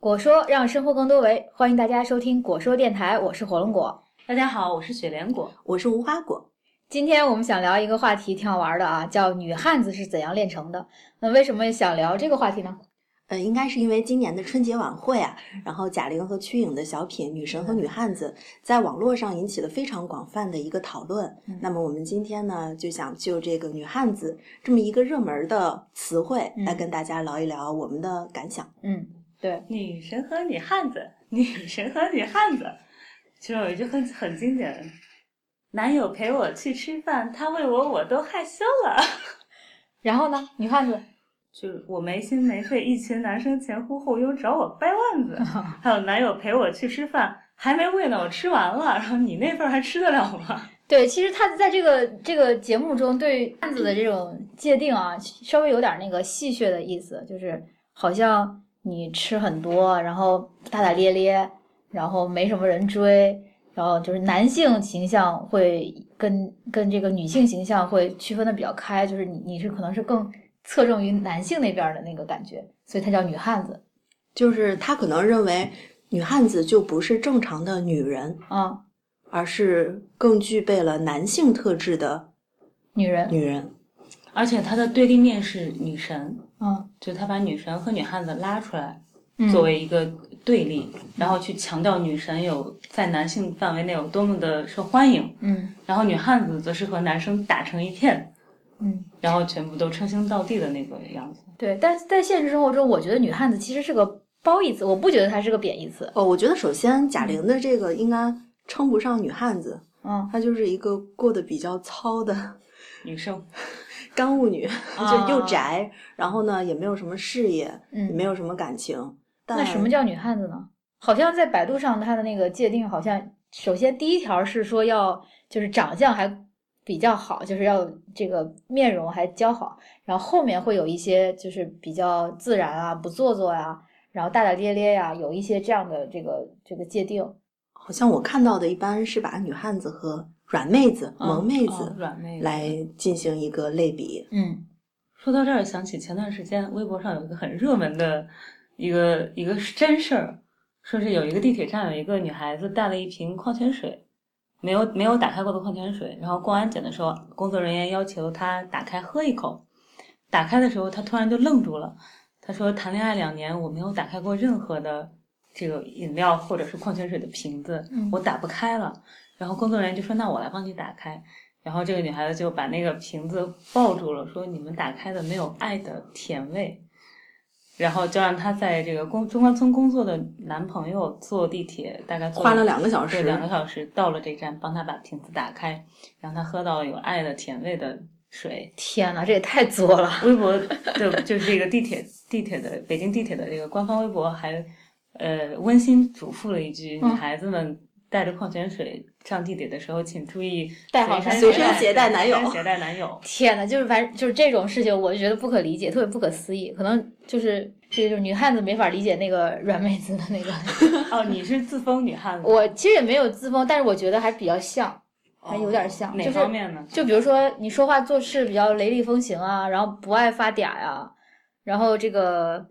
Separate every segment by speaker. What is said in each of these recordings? Speaker 1: 果说让生活更多维，欢迎大家收听果说电台，我是火龙果。
Speaker 2: 大家好，我是雪莲果。
Speaker 3: 我是无花果。
Speaker 1: 今天我们想聊一个话题，挺好玩的啊，叫“女汉子是怎样炼成的”。那为什么想聊这个话题呢？
Speaker 3: 呃，应该是因为今年的春节晚会啊，然后贾玲和瞿颖的小品《女神和女汉子》在网络上引起了非常广泛的一个讨论。
Speaker 1: 嗯
Speaker 3: 那么我们今天呢，就想就这个“女汉子”这么一个热门的词汇，
Speaker 1: 嗯
Speaker 3: 来跟大家聊一聊我们的感想。
Speaker 1: 嗯，对，
Speaker 2: 女神和女汉子，女神和女汉子。其中有一句很很经典的，男友陪我去吃饭，他喂我我都害羞了。
Speaker 1: 然后呢，女汉子，
Speaker 2: 就是我没心没肺，一群男生前呼后拥找我掰腕 子。还有男友陪我去吃饭，还没喂呢，我吃完了。然后你那份儿还吃得了吗？
Speaker 1: 对，其实他在这个这个节目中对汉子的这种界定啊，稍微有点那个戏谑的意思，就是好像你吃很多，然后大大咧咧，然后没什么人追，然后就是男性形象会跟跟这个女性形象会区分的比较开，就是你你是可能是更侧重于男性那边儿的那个感觉，所以他叫女汉子
Speaker 3: 就是她可能认为女汉子就不是正常的女人，
Speaker 1: 啊、
Speaker 3: 而是更具备了男性特质的
Speaker 1: 女人，
Speaker 3: 女人。
Speaker 2: 而且他的对立面是女神，
Speaker 1: 嗯
Speaker 2: 就他把女神和女汉子拉出来，
Speaker 1: 嗯，
Speaker 2: 作为一个对立，然后去强调女神有在男性范围内有多么的受欢迎，
Speaker 1: 嗯
Speaker 2: 然后女汉子则是和男生打成一片，
Speaker 1: 嗯。
Speaker 2: 然后全部都称兄道弟的那个样子。
Speaker 1: 对，但是在现实生活中，我觉得女汉子其实是个褒义词，我不觉得它是个贬义词。
Speaker 3: 哦，我觉得首先贾玲的这个应该称不上女汉子，
Speaker 1: 嗯，
Speaker 3: 她就是一个过得比较糙的
Speaker 2: 女生，
Speaker 3: 干物女，
Speaker 1: 啊
Speaker 3: 就又宅，然后呢也没有什么事业，也
Speaker 1: 嗯，
Speaker 3: 没有什么感情。但
Speaker 1: 那什么叫女汉子呢？好像在百度上它的那个界定，好像首先第一条是说要就是长相还比较好，就是要这个面容还姣好，然后后面会有一些就是比较自然啊，不做作呀、然后大大咧咧呀、有一些这样的这个这个界定。
Speaker 3: 好像我看到的一般是把女汉子和软妹子、
Speaker 1: 嗯
Speaker 3: 萌妹
Speaker 2: 哦
Speaker 3: 子
Speaker 2: 软妹子。
Speaker 3: 来进行一个类比。
Speaker 1: 嗯
Speaker 2: 说到这儿，想起前段时间微博上有一个很热门的一个一个真事儿，说是有一个地铁站有一个女孩子带了一瓶矿泉水，没有没有打开过的矿泉水，然后过安检的时候，工作人员要求她打开喝一口，打开的时候她突然就愣住了，她说谈恋爱两年我没有打开过任何的这个饮料或者是矿泉水的瓶子，
Speaker 1: 嗯
Speaker 2: 我打不开了，然后工作人员就说那我来帮你打开。然后这个女孩子就把那个瓶子抱住了，说：“你们打开的没有爱的甜味。”然后就让她在这个工中关村工作的男朋友坐地铁，大
Speaker 1: 嗯
Speaker 2: 概坐
Speaker 3: 花了两个小
Speaker 2: 对
Speaker 3: 时，
Speaker 2: 两个小时到了这站，帮她把瓶子打开，让她喝到有爱的甜味的水。
Speaker 1: 天呐，这也太作了。
Speaker 2: 微博的就是 这个地铁地铁的北京地铁的这个官方微博还呃温馨嘱咐了一句：女
Speaker 1: 嗯
Speaker 2: 孩子们带着矿泉水上地铁的时候，请注意
Speaker 1: 带好
Speaker 2: 身
Speaker 1: 随
Speaker 3: 身携带男友
Speaker 2: 随身携带男 友。
Speaker 1: 天呐，就是反正就是这种事情，我就觉得不可理解，特别不可思议。可能就是这个就是女汉子没法理解那个软妹子的那个。
Speaker 2: 哦，你是自封女汉子，
Speaker 1: 我其实也没有自封，但是我觉得还比较像，还有点像，
Speaker 2: 哪
Speaker 1: 就是
Speaker 2: 方面呢？
Speaker 1: 就比如说你说话做事比较雷厉风行啊，然后不爱发嗲呀、然后这个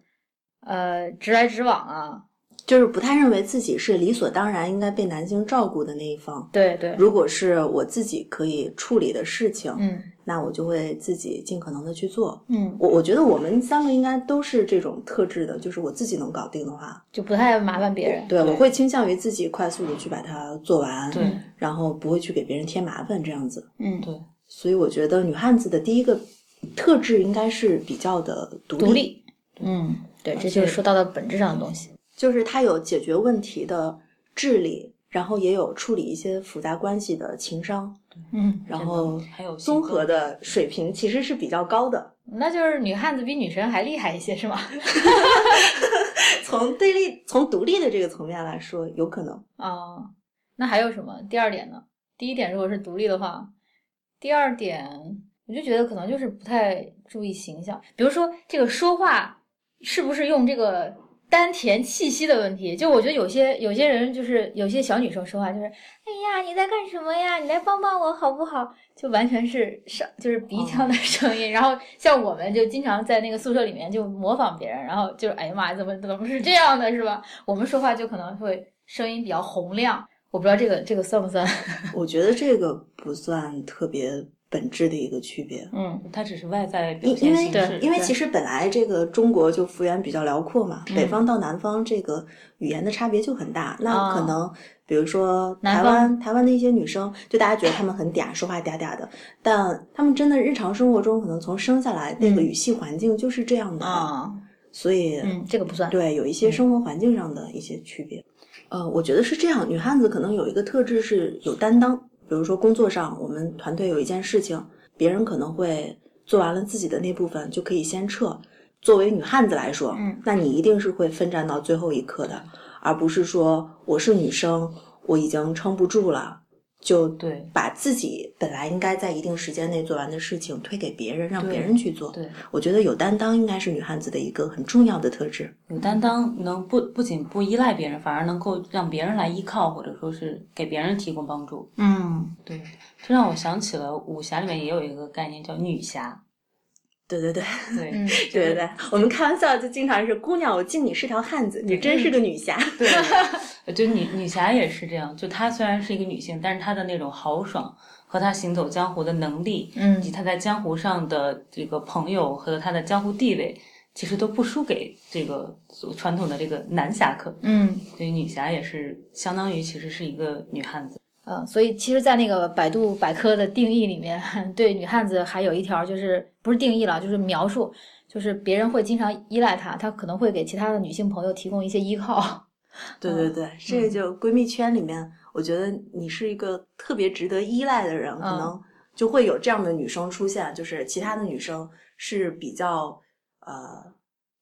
Speaker 1: 呃直来直往啊，
Speaker 3: 就是不太认为自己是理所当然应该被男性照顾的那一方。
Speaker 1: 对对，
Speaker 3: 如果是我自己可以处理的事情，
Speaker 1: 嗯
Speaker 3: 那我就会自己尽可能的去做。
Speaker 1: 嗯，
Speaker 3: 我我觉得我们三个应该都是这种特质的，就是我自己能搞定的话，
Speaker 1: 就不太麻烦别人。
Speaker 3: 对
Speaker 2: 对
Speaker 3: 我会倾向于自己快速的去把它做完，
Speaker 2: 对
Speaker 3: 然后不会去给别人添麻烦这样子。
Speaker 1: 嗯，
Speaker 2: 对，
Speaker 3: 所以我觉得女汉子的第一个特质应该是比较的独立，
Speaker 1: 独立。嗯，对，这就
Speaker 2: 而且
Speaker 1: 是说到了本质上的东西。
Speaker 3: 就是她有解决问题的智力，然后也有处理一些复杂关系的情商，
Speaker 1: 嗯，
Speaker 3: 然后
Speaker 2: 还有
Speaker 3: 综合的水平其实是比较高的。
Speaker 1: 那就是女汉子比女神还厉害一些，是吗？
Speaker 3: 从对立、从独立的这个层面来说，有可能。
Speaker 1: 啊，那还有什么？第二点呢？第一点如果是独立的话，第二点我就觉得可能就是不太注意形象，比如说这个说话是不是用这个丹田气息的问题。就我觉得有些有些人就是有些小女生说话就是，哎呀，你在干什么呀？你来帮帮我好不好？就完全是上就是鼻腔的声音。然后像我们就经常在那个宿舍里面就模仿别人，然后就哎呀妈，怎么怎么是这样的，是吧？我们说话就可能会声音比较洪亮。我不知道这个这个算不算？
Speaker 3: 我觉得这个不算特别本质的一个区别。
Speaker 1: 嗯
Speaker 2: 它只是外在表
Speaker 3: 因因
Speaker 2: 现
Speaker 3: 为
Speaker 2: 形式，
Speaker 3: 因为
Speaker 1: 对
Speaker 3: 其实本来这个中国就幅员比较辽阔嘛，
Speaker 1: 嗯
Speaker 3: 北方到南方这个语言的差别就很大。那
Speaker 1: 啊
Speaker 3: 可能比如说
Speaker 1: 南
Speaker 3: 台
Speaker 1: 方
Speaker 3: 湾台湾的一些女生，就大家觉得她们很嗲，说话嗲嗲的，但她们真的日常生活中可能从生下来那个
Speaker 1: 嗯
Speaker 3: 语系环境就是这样的，
Speaker 1: 啊，
Speaker 3: 所以
Speaker 1: 嗯，这个不算。
Speaker 3: 对，有一
Speaker 2: 嗯
Speaker 3: 些生活环境上的一些区别。呃，我觉得是这样，女汉子可能有一个特质是有担当，比如说工作上，我们团队有一件事情，别人可能会做完了自己的那部分就可以先撤。作为女汉子来说，
Speaker 1: 嗯，
Speaker 3: 那你一定是会奋战到最后一刻的，而不是说我是女生，我已经撑不住了，就
Speaker 2: 对
Speaker 3: 把自己本来应该在一定时间内做完的事情推给别人，让
Speaker 2: 对
Speaker 3: 别人去做。
Speaker 2: 对，
Speaker 3: 我觉得有担当应该是女汉子的一个很重要的特质。
Speaker 2: 有担当，能不不仅不依赖别人，反而能够让别人来依靠，或者说是给别人提供帮助。
Speaker 1: 嗯，
Speaker 2: 对，这让我想起了武侠里面也有一个概念叫女侠。
Speaker 3: 对 对对，
Speaker 2: 对、
Speaker 1: 嗯
Speaker 3: 对对对，我们开玩笑就经常是姑娘，我敬你是条汉子，你真是个女侠。
Speaker 2: 对， 就女女侠也是这样，就她虽然是一个女性，但是她的那种豪爽和她行走江湖的能力，
Speaker 1: 嗯
Speaker 2: 以及她在江湖上的这个朋友和她的江湖地位，其实都不输给这个传统的这个男侠客。
Speaker 1: 嗯
Speaker 2: 所以女侠也是相当于其实是一个女汉子。
Speaker 1: 呃，所以其实，在那个百度百科的定义里面， 对女汉子还有一条就是不是定义了，就是描述，就是别人会经常依赖她，她可能会给其他的女性朋友提供一些依靠。
Speaker 3: 对对对，这个就闺蜜圈里面，我觉得你是一个特别值得依赖的人，可
Speaker 1: 嗯
Speaker 3: 能就会有这样的女生出现，就是其他的女生是比较呃，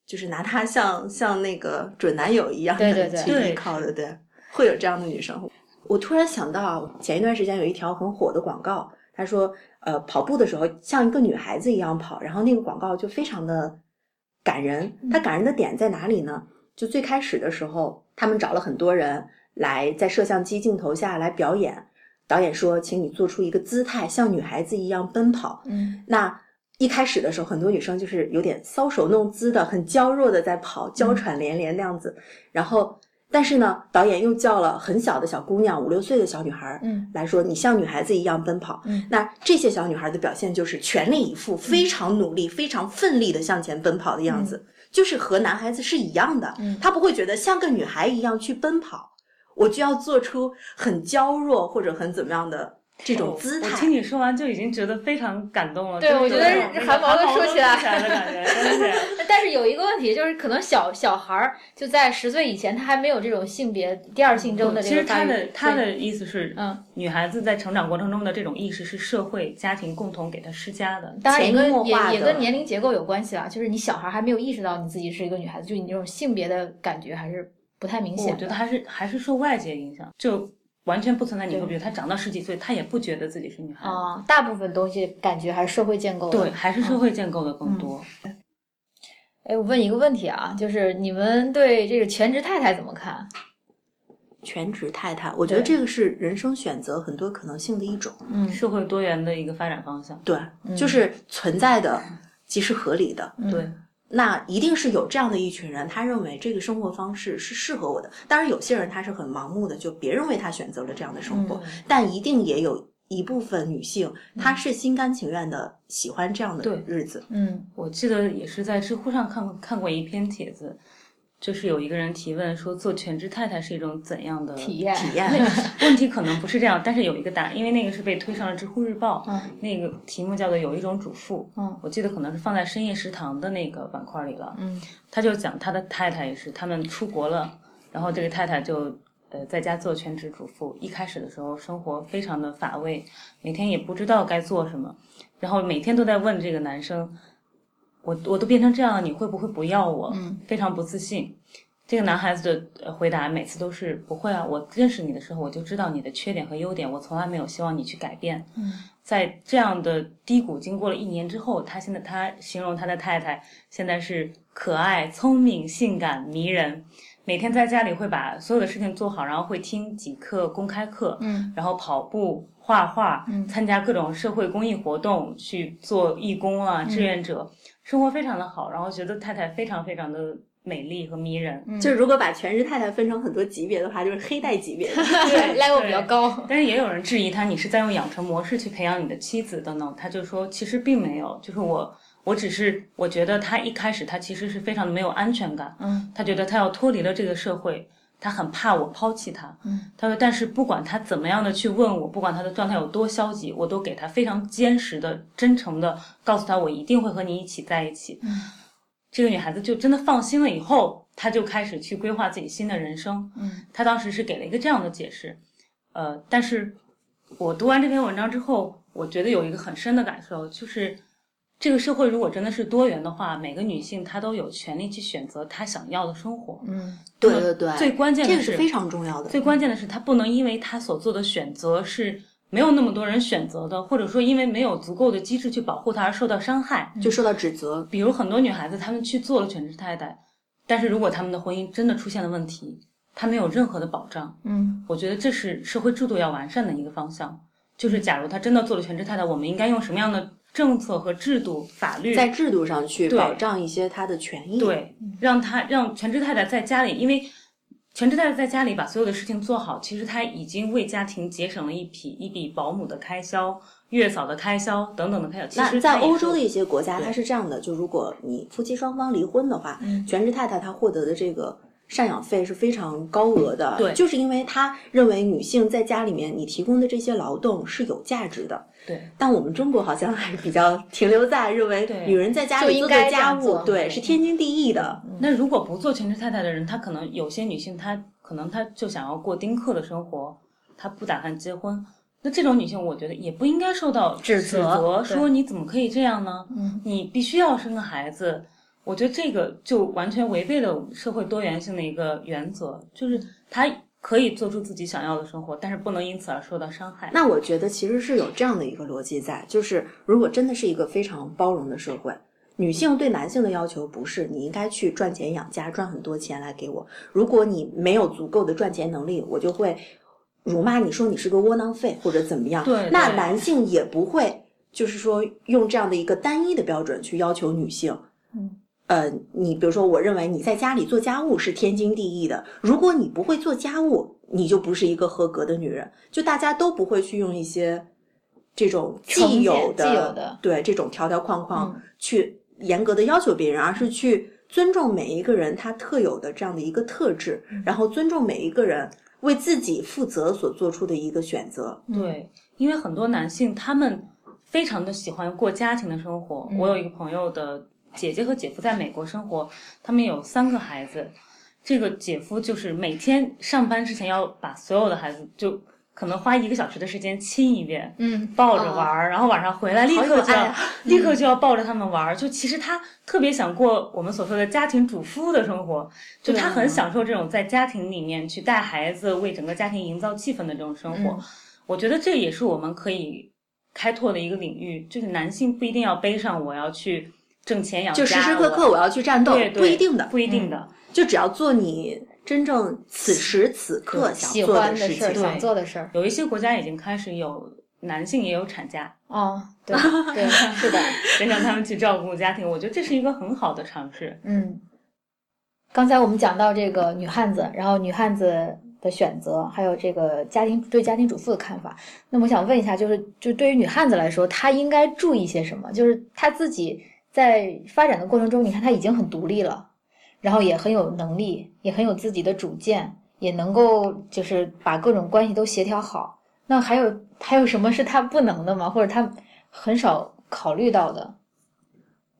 Speaker 3: 就是拿她像像那个准男友一样
Speaker 1: 对
Speaker 3: 的
Speaker 1: 对
Speaker 3: 去
Speaker 1: 对
Speaker 3: 依靠的，对，会有这样的女生。我突然想到，前一段时间有一条很火的广告，他说，呃，跑步的时候像一个女孩子一样跑，然后那个广告就非常的感人。
Speaker 1: 嗯
Speaker 3: 它感人的点在哪里呢？就最开始的时候，他们找了很多人来在摄像机镜头下来表演。导演说：“请你做出一个姿态，像女孩子一样奔跑。
Speaker 1: 嗯”
Speaker 3: 那一开始的时候，很多女生就是有点搔首弄姿的，很娇弱的在跑，娇
Speaker 1: 嗯
Speaker 3: 喘连连那样子。然后，但是呢，导演又叫了很小的小姑娘，五六岁的小女孩，
Speaker 1: 嗯
Speaker 3: 来说，你像女孩子一样奔跑。
Speaker 1: 嗯
Speaker 3: 那这些小女孩的表现就是全力以赴，非常努力、非常奋力的向前奔跑的样子，就是和男孩子是一样的。
Speaker 1: 嗯
Speaker 3: 她不会觉得像个女孩一样去奔跑，我就要做出很娇弱或者很怎么样的这
Speaker 1: 哦
Speaker 3: 种姿
Speaker 2: 我
Speaker 3: 态。
Speaker 2: 听你说完就已经觉得非常感动了。
Speaker 1: 对
Speaker 2: 就是
Speaker 1: 我觉
Speaker 2: 有
Speaker 1: 得
Speaker 2: 一种那个
Speaker 1: 汗毛都竖
Speaker 2: 竖
Speaker 1: 起来
Speaker 2: 的感觉，真是。
Speaker 1: 但是有一个问题就是，可能小小孩儿就在十岁以前，他还没有这种性别第二性征的
Speaker 2: 其
Speaker 1: 这个
Speaker 2: 实
Speaker 1: 发
Speaker 2: 他
Speaker 1: 育。
Speaker 2: 的他
Speaker 1: 对
Speaker 2: 的意思是，
Speaker 1: 嗯，
Speaker 2: 女孩子在成长过程中的这种意识是社会、家庭共同给她施加的。
Speaker 1: 当然也
Speaker 3: 潜移默
Speaker 1: 跟
Speaker 3: 化
Speaker 1: 也也
Speaker 3: 的
Speaker 1: 跟年龄结构有关系啊，就是你小孩儿还没有意识到你自己是一个女孩子，就你这种性别的感觉还是不太明
Speaker 2: 我
Speaker 1: 显
Speaker 2: 觉
Speaker 1: 的
Speaker 2: 得。还是还是受外界影响，就完全不存在。你会
Speaker 1: 对
Speaker 2: 觉得她长到十几岁，她也不觉得自己是女孩子。
Speaker 1: 啊、大部分东西感觉还是社会建构的。
Speaker 2: 对，，还是社会建构的
Speaker 1: 嗯
Speaker 2: 更多。
Speaker 1: 哎，我问一个问题啊，就是你们对这个全职太太怎么看？
Speaker 3: 全职太太，我觉得
Speaker 1: 对
Speaker 3: 这个是人生选择很多可能性的一种。
Speaker 1: 嗯
Speaker 2: 社会多元的一个发展方向。
Speaker 3: 对，就是存在的，即是合理的。
Speaker 1: 嗯
Speaker 2: 对，
Speaker 3: 那一定是有这样的一群人，他认为这个生活方式是适合我的。当然，有些人他是很盲目的，就别人为他选择了这样的生活，
Speaker 2: 嗯
Speaker 3: 但一定也有一部分女性，她是心甘情愿的喜欢这样的
Speaker 2: 对
Speaker 3: 日子。
Speaker 1: 嗯
Speaker 2: 我记得也是在知乎上看过看过一篇帖子，就是有一个人提问说，做全职太太是一种怎样的
Speaker 1: 体验
Speaker 3: 呃体验
Speaker 2: 问题可能不是这样，但是有一个答案，因为那个是被推上了知乎日报，
Speaker 1: 嗯
Speaker 2: 那个题目叫做“有一种主妇”，
Speaker 1: 嗯
Speaker 2: 我记得可能是放在深夜食堂的那个板块里了。
Speaker 1: 嗯
Speaker 2: 他就讲他的太太也是，他们出国了，然后这个太太就呃在家做全职主妇。一开始的时候，生活非常的乏味，每天也不知道该做什么，然后每天都在问这个男生：“我我都变成这样了，你会不会不要我？”
Speaker 1: 嗯
Speaker 2: 非常不自信。这个男孩子的呃回答每次都是不会啊，我认识你的时候我就知道你的缺点和优点，我从来没有希望你去改变。
Speaker 1: 嗯，
Speaker 2: 在这样的低谷经过了一年之后，他现在他形容他的太太现在是可爱、聪明、性感、迷人，每天在家里会把所有的事情做好，然后会听几课公开课，
Speaker 1: 嗯，
Speaker 2: 然后跑步、画画，
Speaker 1: 嗯
Speaker 2: 参加各种社会公益活动，去做义工啊、
Speaker 1: 嗯
Speaker 2: 志愿者，生活非常的好，然后觉得太太非常非常的美丽和迷人。
Speaker 1: 嗯
Speaker 3: 就是如果把全职太太分成很多级别的话，就是黑带级别的。
Speaker 1: 嗯
Speaker 2: 对
Speaker 1: level 比
Speaker 2: 对
Speaker 1: 较高，
Speaker 2: 但是也有人质疑他，你是在用养成模式去培养你的妻子等等。他就说，其实并没有，就是我，我只是我觉得他一开始他其实是非常的没有安全感，
Speaker 1: 嗯
Speaker 2: 他觉得他要脱离了这个社会，他很怕我抛弃他。
Speaker 1: 嗯，
Speaker 2: 他说，但是不管他怎么样的去问我，不管他的状态有多消极，我都给他非常坚实的、真诚的告诉他，我一定会和你一起在一起。
Speaker 1: 嗯
Speaker 2: 这个女孩子就真的放心了，以后她就开始去规划自己新的人生。
Speaker 1: 嗯
Speaker 2: 他当时是给了一个这样的解释，呃，但是我读完这篇文章之后，我觉得有一个很深的感受，就是这个社会如果真的是多元的话，每个女性她都有权利去选择她想要的生活。
Speaker 1: 嗯
Speaker 3: 对对对，
Speaker 2: 最关键的
Speaker 3: 这个是非常重要的。
Speaker 2: 最关键的是，她不能因为她所做的选择是没有那么多人选择的，或者说因为没有足够的机制去保护她而受到伤害。
Speaker 3: 就受到指责，
Speaker 2: 比如很多女孩子她们去做了全职太太，但是如果她们的婚姻真的出现了问题，她没有任何的保障。
Speaker 1: 嗯
Speaker 2: 我觉得这是社会制度要完善的一个方向。就是假如他真的做了全职太太，我们应该用什么样的政策和制度、法律，
Speaker 3: 在嗯制度上
Speaker 2: 嗯
Speaker 3: 去
Speaker 2: 对
Speaker 3: 保障一些她的权益。，
Speaker 2: 对让他让全职太太在家里，因为全职太太在家里把所有的事情做好，其实她已经为家庭节省了一笔一笔保姆的开销、月嫂的开销等等的开销。其
Speaker 3: 那
Speaker 2: 实
Speaker 3: 在
Speaker 2: 她也
Speaker 3: 欧
Speaker 2: 是
Speaker 3: 洲的一些国家，
Speaker 2: 对
Speaker 3: 它是这样的：就如果你夫妻双方离婚的话，
Speaker 1: 嗯
Speaker 3: 全职太太她获得的这个赡养费是非常高额的，
Speaker 2: 对
Speaker 3: 就是因为她认为女性在家里面你提供的这些劳动是有价值的。
Speaker 2: 对
Speaker 3: 但我们中国好像还比较停留在认为
Speaker 2: 对
Speaker 3: 女人在家
Speaker 1: 就
Speaker 3: 里
Speaker 1: 应
Speaker 3: 做
Speaker 1: 该
Speaker 3: 做
Speaker 1: 这
Speaker 3: 家
Speaker 1: 样
Speaker 3: 务
Speaker 1: 做，
Speaker 3: 对，是天经地义的。
Speaker 2: 那如果不做全职太太的人，她可能有些女性，她可能她就想要过丁克的生活，她不打算结婚。那这种女性，我觉得也不应该受到
Speaker 1: 指责
Speaker 2: 责，
Speaker 1: 对
Speaker 2: 说你怎么可以这样呢？
Speaker 1: 嗯
Speaker 2: 你必须要生个孩子。我觉得这个就完全违背了我们社会多元性的一个原则，就是她可以做出自己想要的生活，但是不能因此而受到伤害。
Speaker 3: 那我觉得其实是有这样的一个逻辑在，就是如果真的是一个非常包容的社会，女性对男性的要求不是你应该去赚钱养家，赚很多钱来给我。如果你没有足够的赚钱能力，我就会辱骂你说你是个窝囊废或者怎么样。
Speaker 2: 对
Speaker 3: 那
Speaker 2: 对
Speaker 3: 男性也不会就是说用这样的一个单一的标准去要求女性。
Speaker 1: 嗯
Speaker 3: 呃，你比如说，我认为你在家里做家务是天经地义的。如果你不会做家务，你就不是一个合格的女人。就大家都不会去用一些这种
Speaker 1: 成见
Speaker 3: 既有的、
Speaker 1: 既有的
Speaker 3: 对这种条条框框、
Speaker 1: 嗯
Speaker 3: 去严格的要求别人，而是去尊重每一个人他特有的这样的一个特质，
Speaker 1: 嗯
Speaker 3: 然后尊重每一个人为自己负责所做出的一个选择。
Speaker 2: 对，因为很多男性他们非常的喜欢过家庭的生活。我有一个朋友的姐姐和姐夫在美国生活，他们有三个孩子。这个姐夫就是每天上班之前要把所有的孩子就可能花一个小时的时间亲一遍，
Speaker 1: 嗯
Speaker 2: 抱着玩儿，然后晚上回来立
Speaker 3: 啊好有
Speaker 2: 刻就
Speaker 3: 爱
Speaker 2: 要、
Speaker 3: 啊
Speaker 2: 立刻就要抱着他们玩儿。就其实他特别想过我们所说的家庭主夫的生活，就
Speaker 3: 对
Speaker 2: 他
Speaker 3: 啊
Speaker 2: 很享受这种在家庭里面去带孩子，为整个家庭营造气氛的这种生活。
Speaker 1: 嗯
Speaker 2: 我觉得这也是我们可以开拓的一个领域，就是男性不一定要背上我要去挣钱养家，
Speaker 3: 就时时刻刻
Speaker 2: 我
Speaker 3: 我要去战斗
Speaker 2: 对，对
Speaker 3: 不一定的，嗯
Speaker 2: 不一定的。
Speaker 3: 就只要做你真正此时此刻想
Speaker 1: 喜
Speaker 3: 做
Speaker 1: 欢
Speaker 3: 事
Speaker 1: 事儿，
Speaker 3: 情。
Speaker 1: 想做的事儿，
Speaker 2: 有一些国家已经开始有男性也有产假，
Speaker 1: 哦， 对对是的，
Speaker 2: 真让他们去照顾家庭，我觉得这是一个很好的尝试。
Speaker 1: 嗯，刚才我们讲到这个女汉子，然后女汉子的选择，还有这个家庭对家庭主妇的看法。那么我想问一下，就是就对于女汉子来说，她应该注意些什么？就是她自己在发展的过程中，你看她已经很独立了，然后也很有能力，也很有自己的主见，也能够就是把各种关系都协调好。那还有还有什么是她不能的吗？或者她很少考虑到的？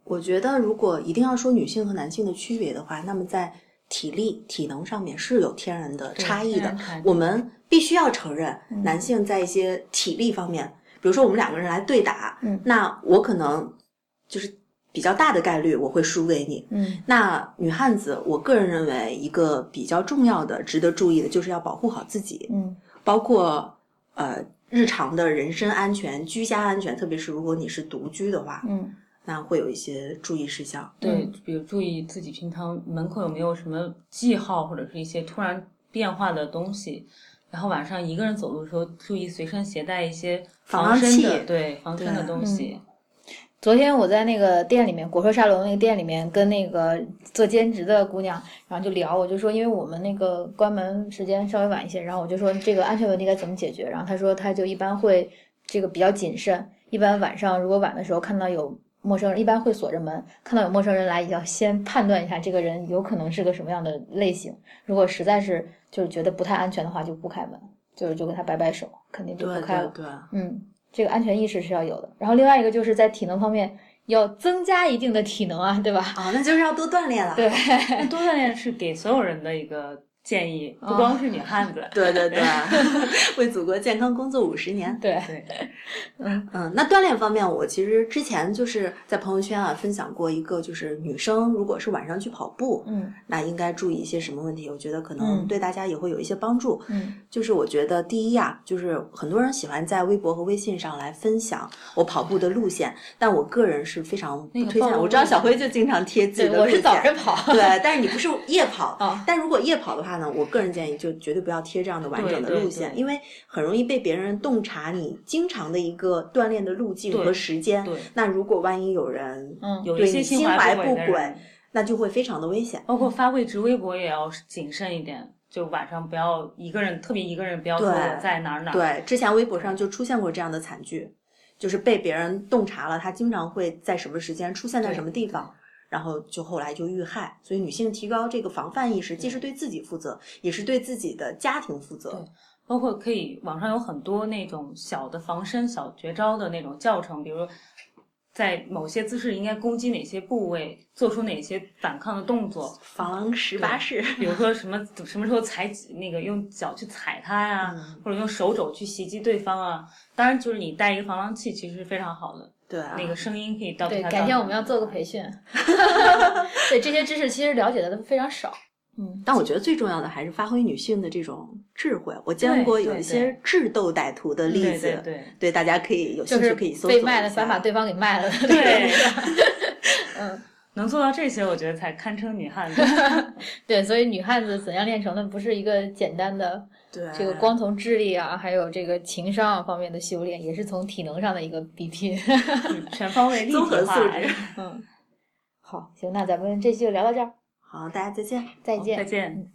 Speaker 3: 我觉得，如果一定要说女性和男性的区别的话，那么在体力、体能上面是有天然的差异
Speaker 2: 天
Speaker 3: 的
Speaker 2: 然差异。
Speaker 3: 我们必须要承认，男性在一些体力方面，比如说我们两个人来对打，
Speaker 1: 嗯
Speaker 3: 那我可能就是比较大的概率我会输给你。
Speaker 1: 嗯
Speaker 3: 那女汉子，我个人认为一个比较重要的、值得注意的，就是要保护好自己，
Speaker 1: 嗯
Speaker 3: 包括呃日常的人身安全、居家安全，特别是如果你是独居的话，
Speaker 1: 嗯
Speaker 3: 那会有一些注意事项。
Speaker 2: 对
Speaker 1: 嗯，
Speaker 2: 比如注意自己平常门口有没有什么记号，或者是一些突然变化的东西。然后晚上一个人走路的时候，注意随身携带一些
Speaker 3: 防
Speaker 2: 防
Speaker 3: 狼
Speaker 2: 身的，
Speaker 3: 器
Speaker 2: 对防身的
Speaker 3: 对嗯
Speaker 2: 东西。
Speaker 1: 昨天我在那个店里面，果壳沙龙那个店里面，跟那个做兼职的姑娘，然后就聊，我就说，因为我们那个关门时间稍微晚一些，然后我就说这个安全问题该怎么解决，然后她说她就一般会这个比较谨慎，一般晚上如果晚的时候看到有陌生人，一般会锁着门，看到有陌生人来，也要先判断一下这个人有可能是个什么样的类型，如果实在是就是觉得不太安全的话，就不开门，就是就跟他摆摆手，肯定就不
Speaker 3: 对
Speaker 1: 开了
Speaker 3: 对。对，
Speaker 1: 嗯，这个安全意识是要有的。然后另外一个就是在体能方面要增加一定的体能啊，对吧？
Speaker 3: 啊，那就是要多锻炼了。
Speaker 1: 对，
Speaker 2: 那多锻炼是给所有人的一个建议，不光是女汉子。
Speaker 3: 对对 对，为祖国健康工作五十年。
Speaker 1: 对，
Speaker 2: 对，
Speaker 3: 嗯，那锻炼方面，我其实之前就是在朋友圈啊分享过一个，就是女生如果是晚上去跑步，
Speaker 1: 嗯
Speaker 3: 那应该注意一些什么问题？我觉得可
Speaker 1: 嗯
Speaker 3: 能对大家也会有一些帮助。
Speaker 1: 嗯
Speaker 3: 就是我觉得第一呀、就是很多人喜欢在微博和微信上来分享我跑步的路线，但我个人是非常不
Speaker 2: 那个
Speaker 3: 推荐
Speaker 2: 暴
Speaker 3: 的。
Speaker 2: 露
Speaker 3: 我知道
Speaker 2: 路
Speaker 3: 小辉就经常贴自己
Speaker 1: 对，
Speaker 3: 的
Speaker 1: 我
Speaker 3: 路
Speaker 1: 是
Speaker 3: 线，
Speaker 1: 早晨跑，
Speaker 3: 对，但是你不是夜 跑
Speaker 2: 哦
Speaker 1: 啊
Speaker 3: 但如果夜跑的话呢，我个人建议就绝对不要贴这样的完整的
Speaker 2: 对对
Speaker 3: 路线，
Speaker 2: 对
Speaker 3: 因为很容易被别人洞察你经常的一个锻炼的路径和
Speaker 2: 对
Speaker 3: 时间。
Speaker 2: 对
Speaker 3: 那如果万一有人，
Speaker 1: 嗯，
Speaker 2: 有
Speaker 3: 对
Speaker 2: 一些
Speaker 3: 你心怀
Speaker 2: 怀
Speaker 3: 不
Speaker 2: 轨的
Speaker 3: 轨
Speaker 2: 人，
Speaker 3: 那就会非常的危险。
Speaker 2: 包括发位置微博也要谨慎一点，就晚上不要一个人，特别一个人不要说
Speaker 3: 对
Speaker 2: 我在哪儿哪儿。
Speaker 3: 对，之前微博上就出现过这样的惨剧，就是被别人洞察了，他经常会在什么时间出现在
Speaker 2: 对
Speaker 3: 什么地方，然后就后来就遇害。所以女性提高这个防范意识，既是对自己负责，也是对自己的家庭负责。
Speaker 2: 对包括可以网上有很多那种小的防身小绝招的那种教程，比如在某些姿势应该攻击哪些部位，做出哪些反抗的动作，
Speaker 3: 防狼十八式，
Speaker 2: 比如说什么什么时候踩那个用脚去踩它呀、
Speaker 3: 嗯
Speaker 2: 或者用手肘去袭击对方啊。当然，就是你带一个防狼器其实是非常好的，
Speaker 3: 对啊，
Speaker 2: 那个声音可以到
Speaker 1: 对，改天我们要做个培 训。对这些知识其实了解的都非常少。嗯
Speaker 3: 但我觉得最重要的还是发挥女性的这种智慧。我见
Speaker 2: 对
Speaker 3: 过有
Speaker 2: 对嗯
Speaker 3: 一些智斗歹徒的例
Speaker 2: 对
Speaker 3: 子，
Speaker 2: 对对
Speaker 3: 对大家可以有
Speaker 1: 就
Speaker 3: 兴
Speaker 1: 是
Speaker 3: 趣可以搜索
Speaker 1: 被
Speaker 3: 一
Speaker 1: 卖了，
Speaker 3: 下
Speaker 1: 反把对方给卖 了。
Speaker 2: 对，
Speaker 1: 嗯，
Speaker 2: 能做到这些，我觉得才堪称女汉子。
Speaker 1: 对，所以女汉子怎样练成的，不是一个简单的
Speaker 3: 对
Speaker 1: 这个光从智力啊，还有这个情商啊方面的修炼，也是从体能上的一个比拼。
Speaker 2: 全方位立体
Speaker 3: 综合素
Speaker 2: 化。哎
Speaker 3: 质。
Speaker 1: 嗯，好，行，那咱们这期就聊到这儿，
Speaker 3: 好，大家再见。
Speaker 1: 再见。
Speaker 2: 再见。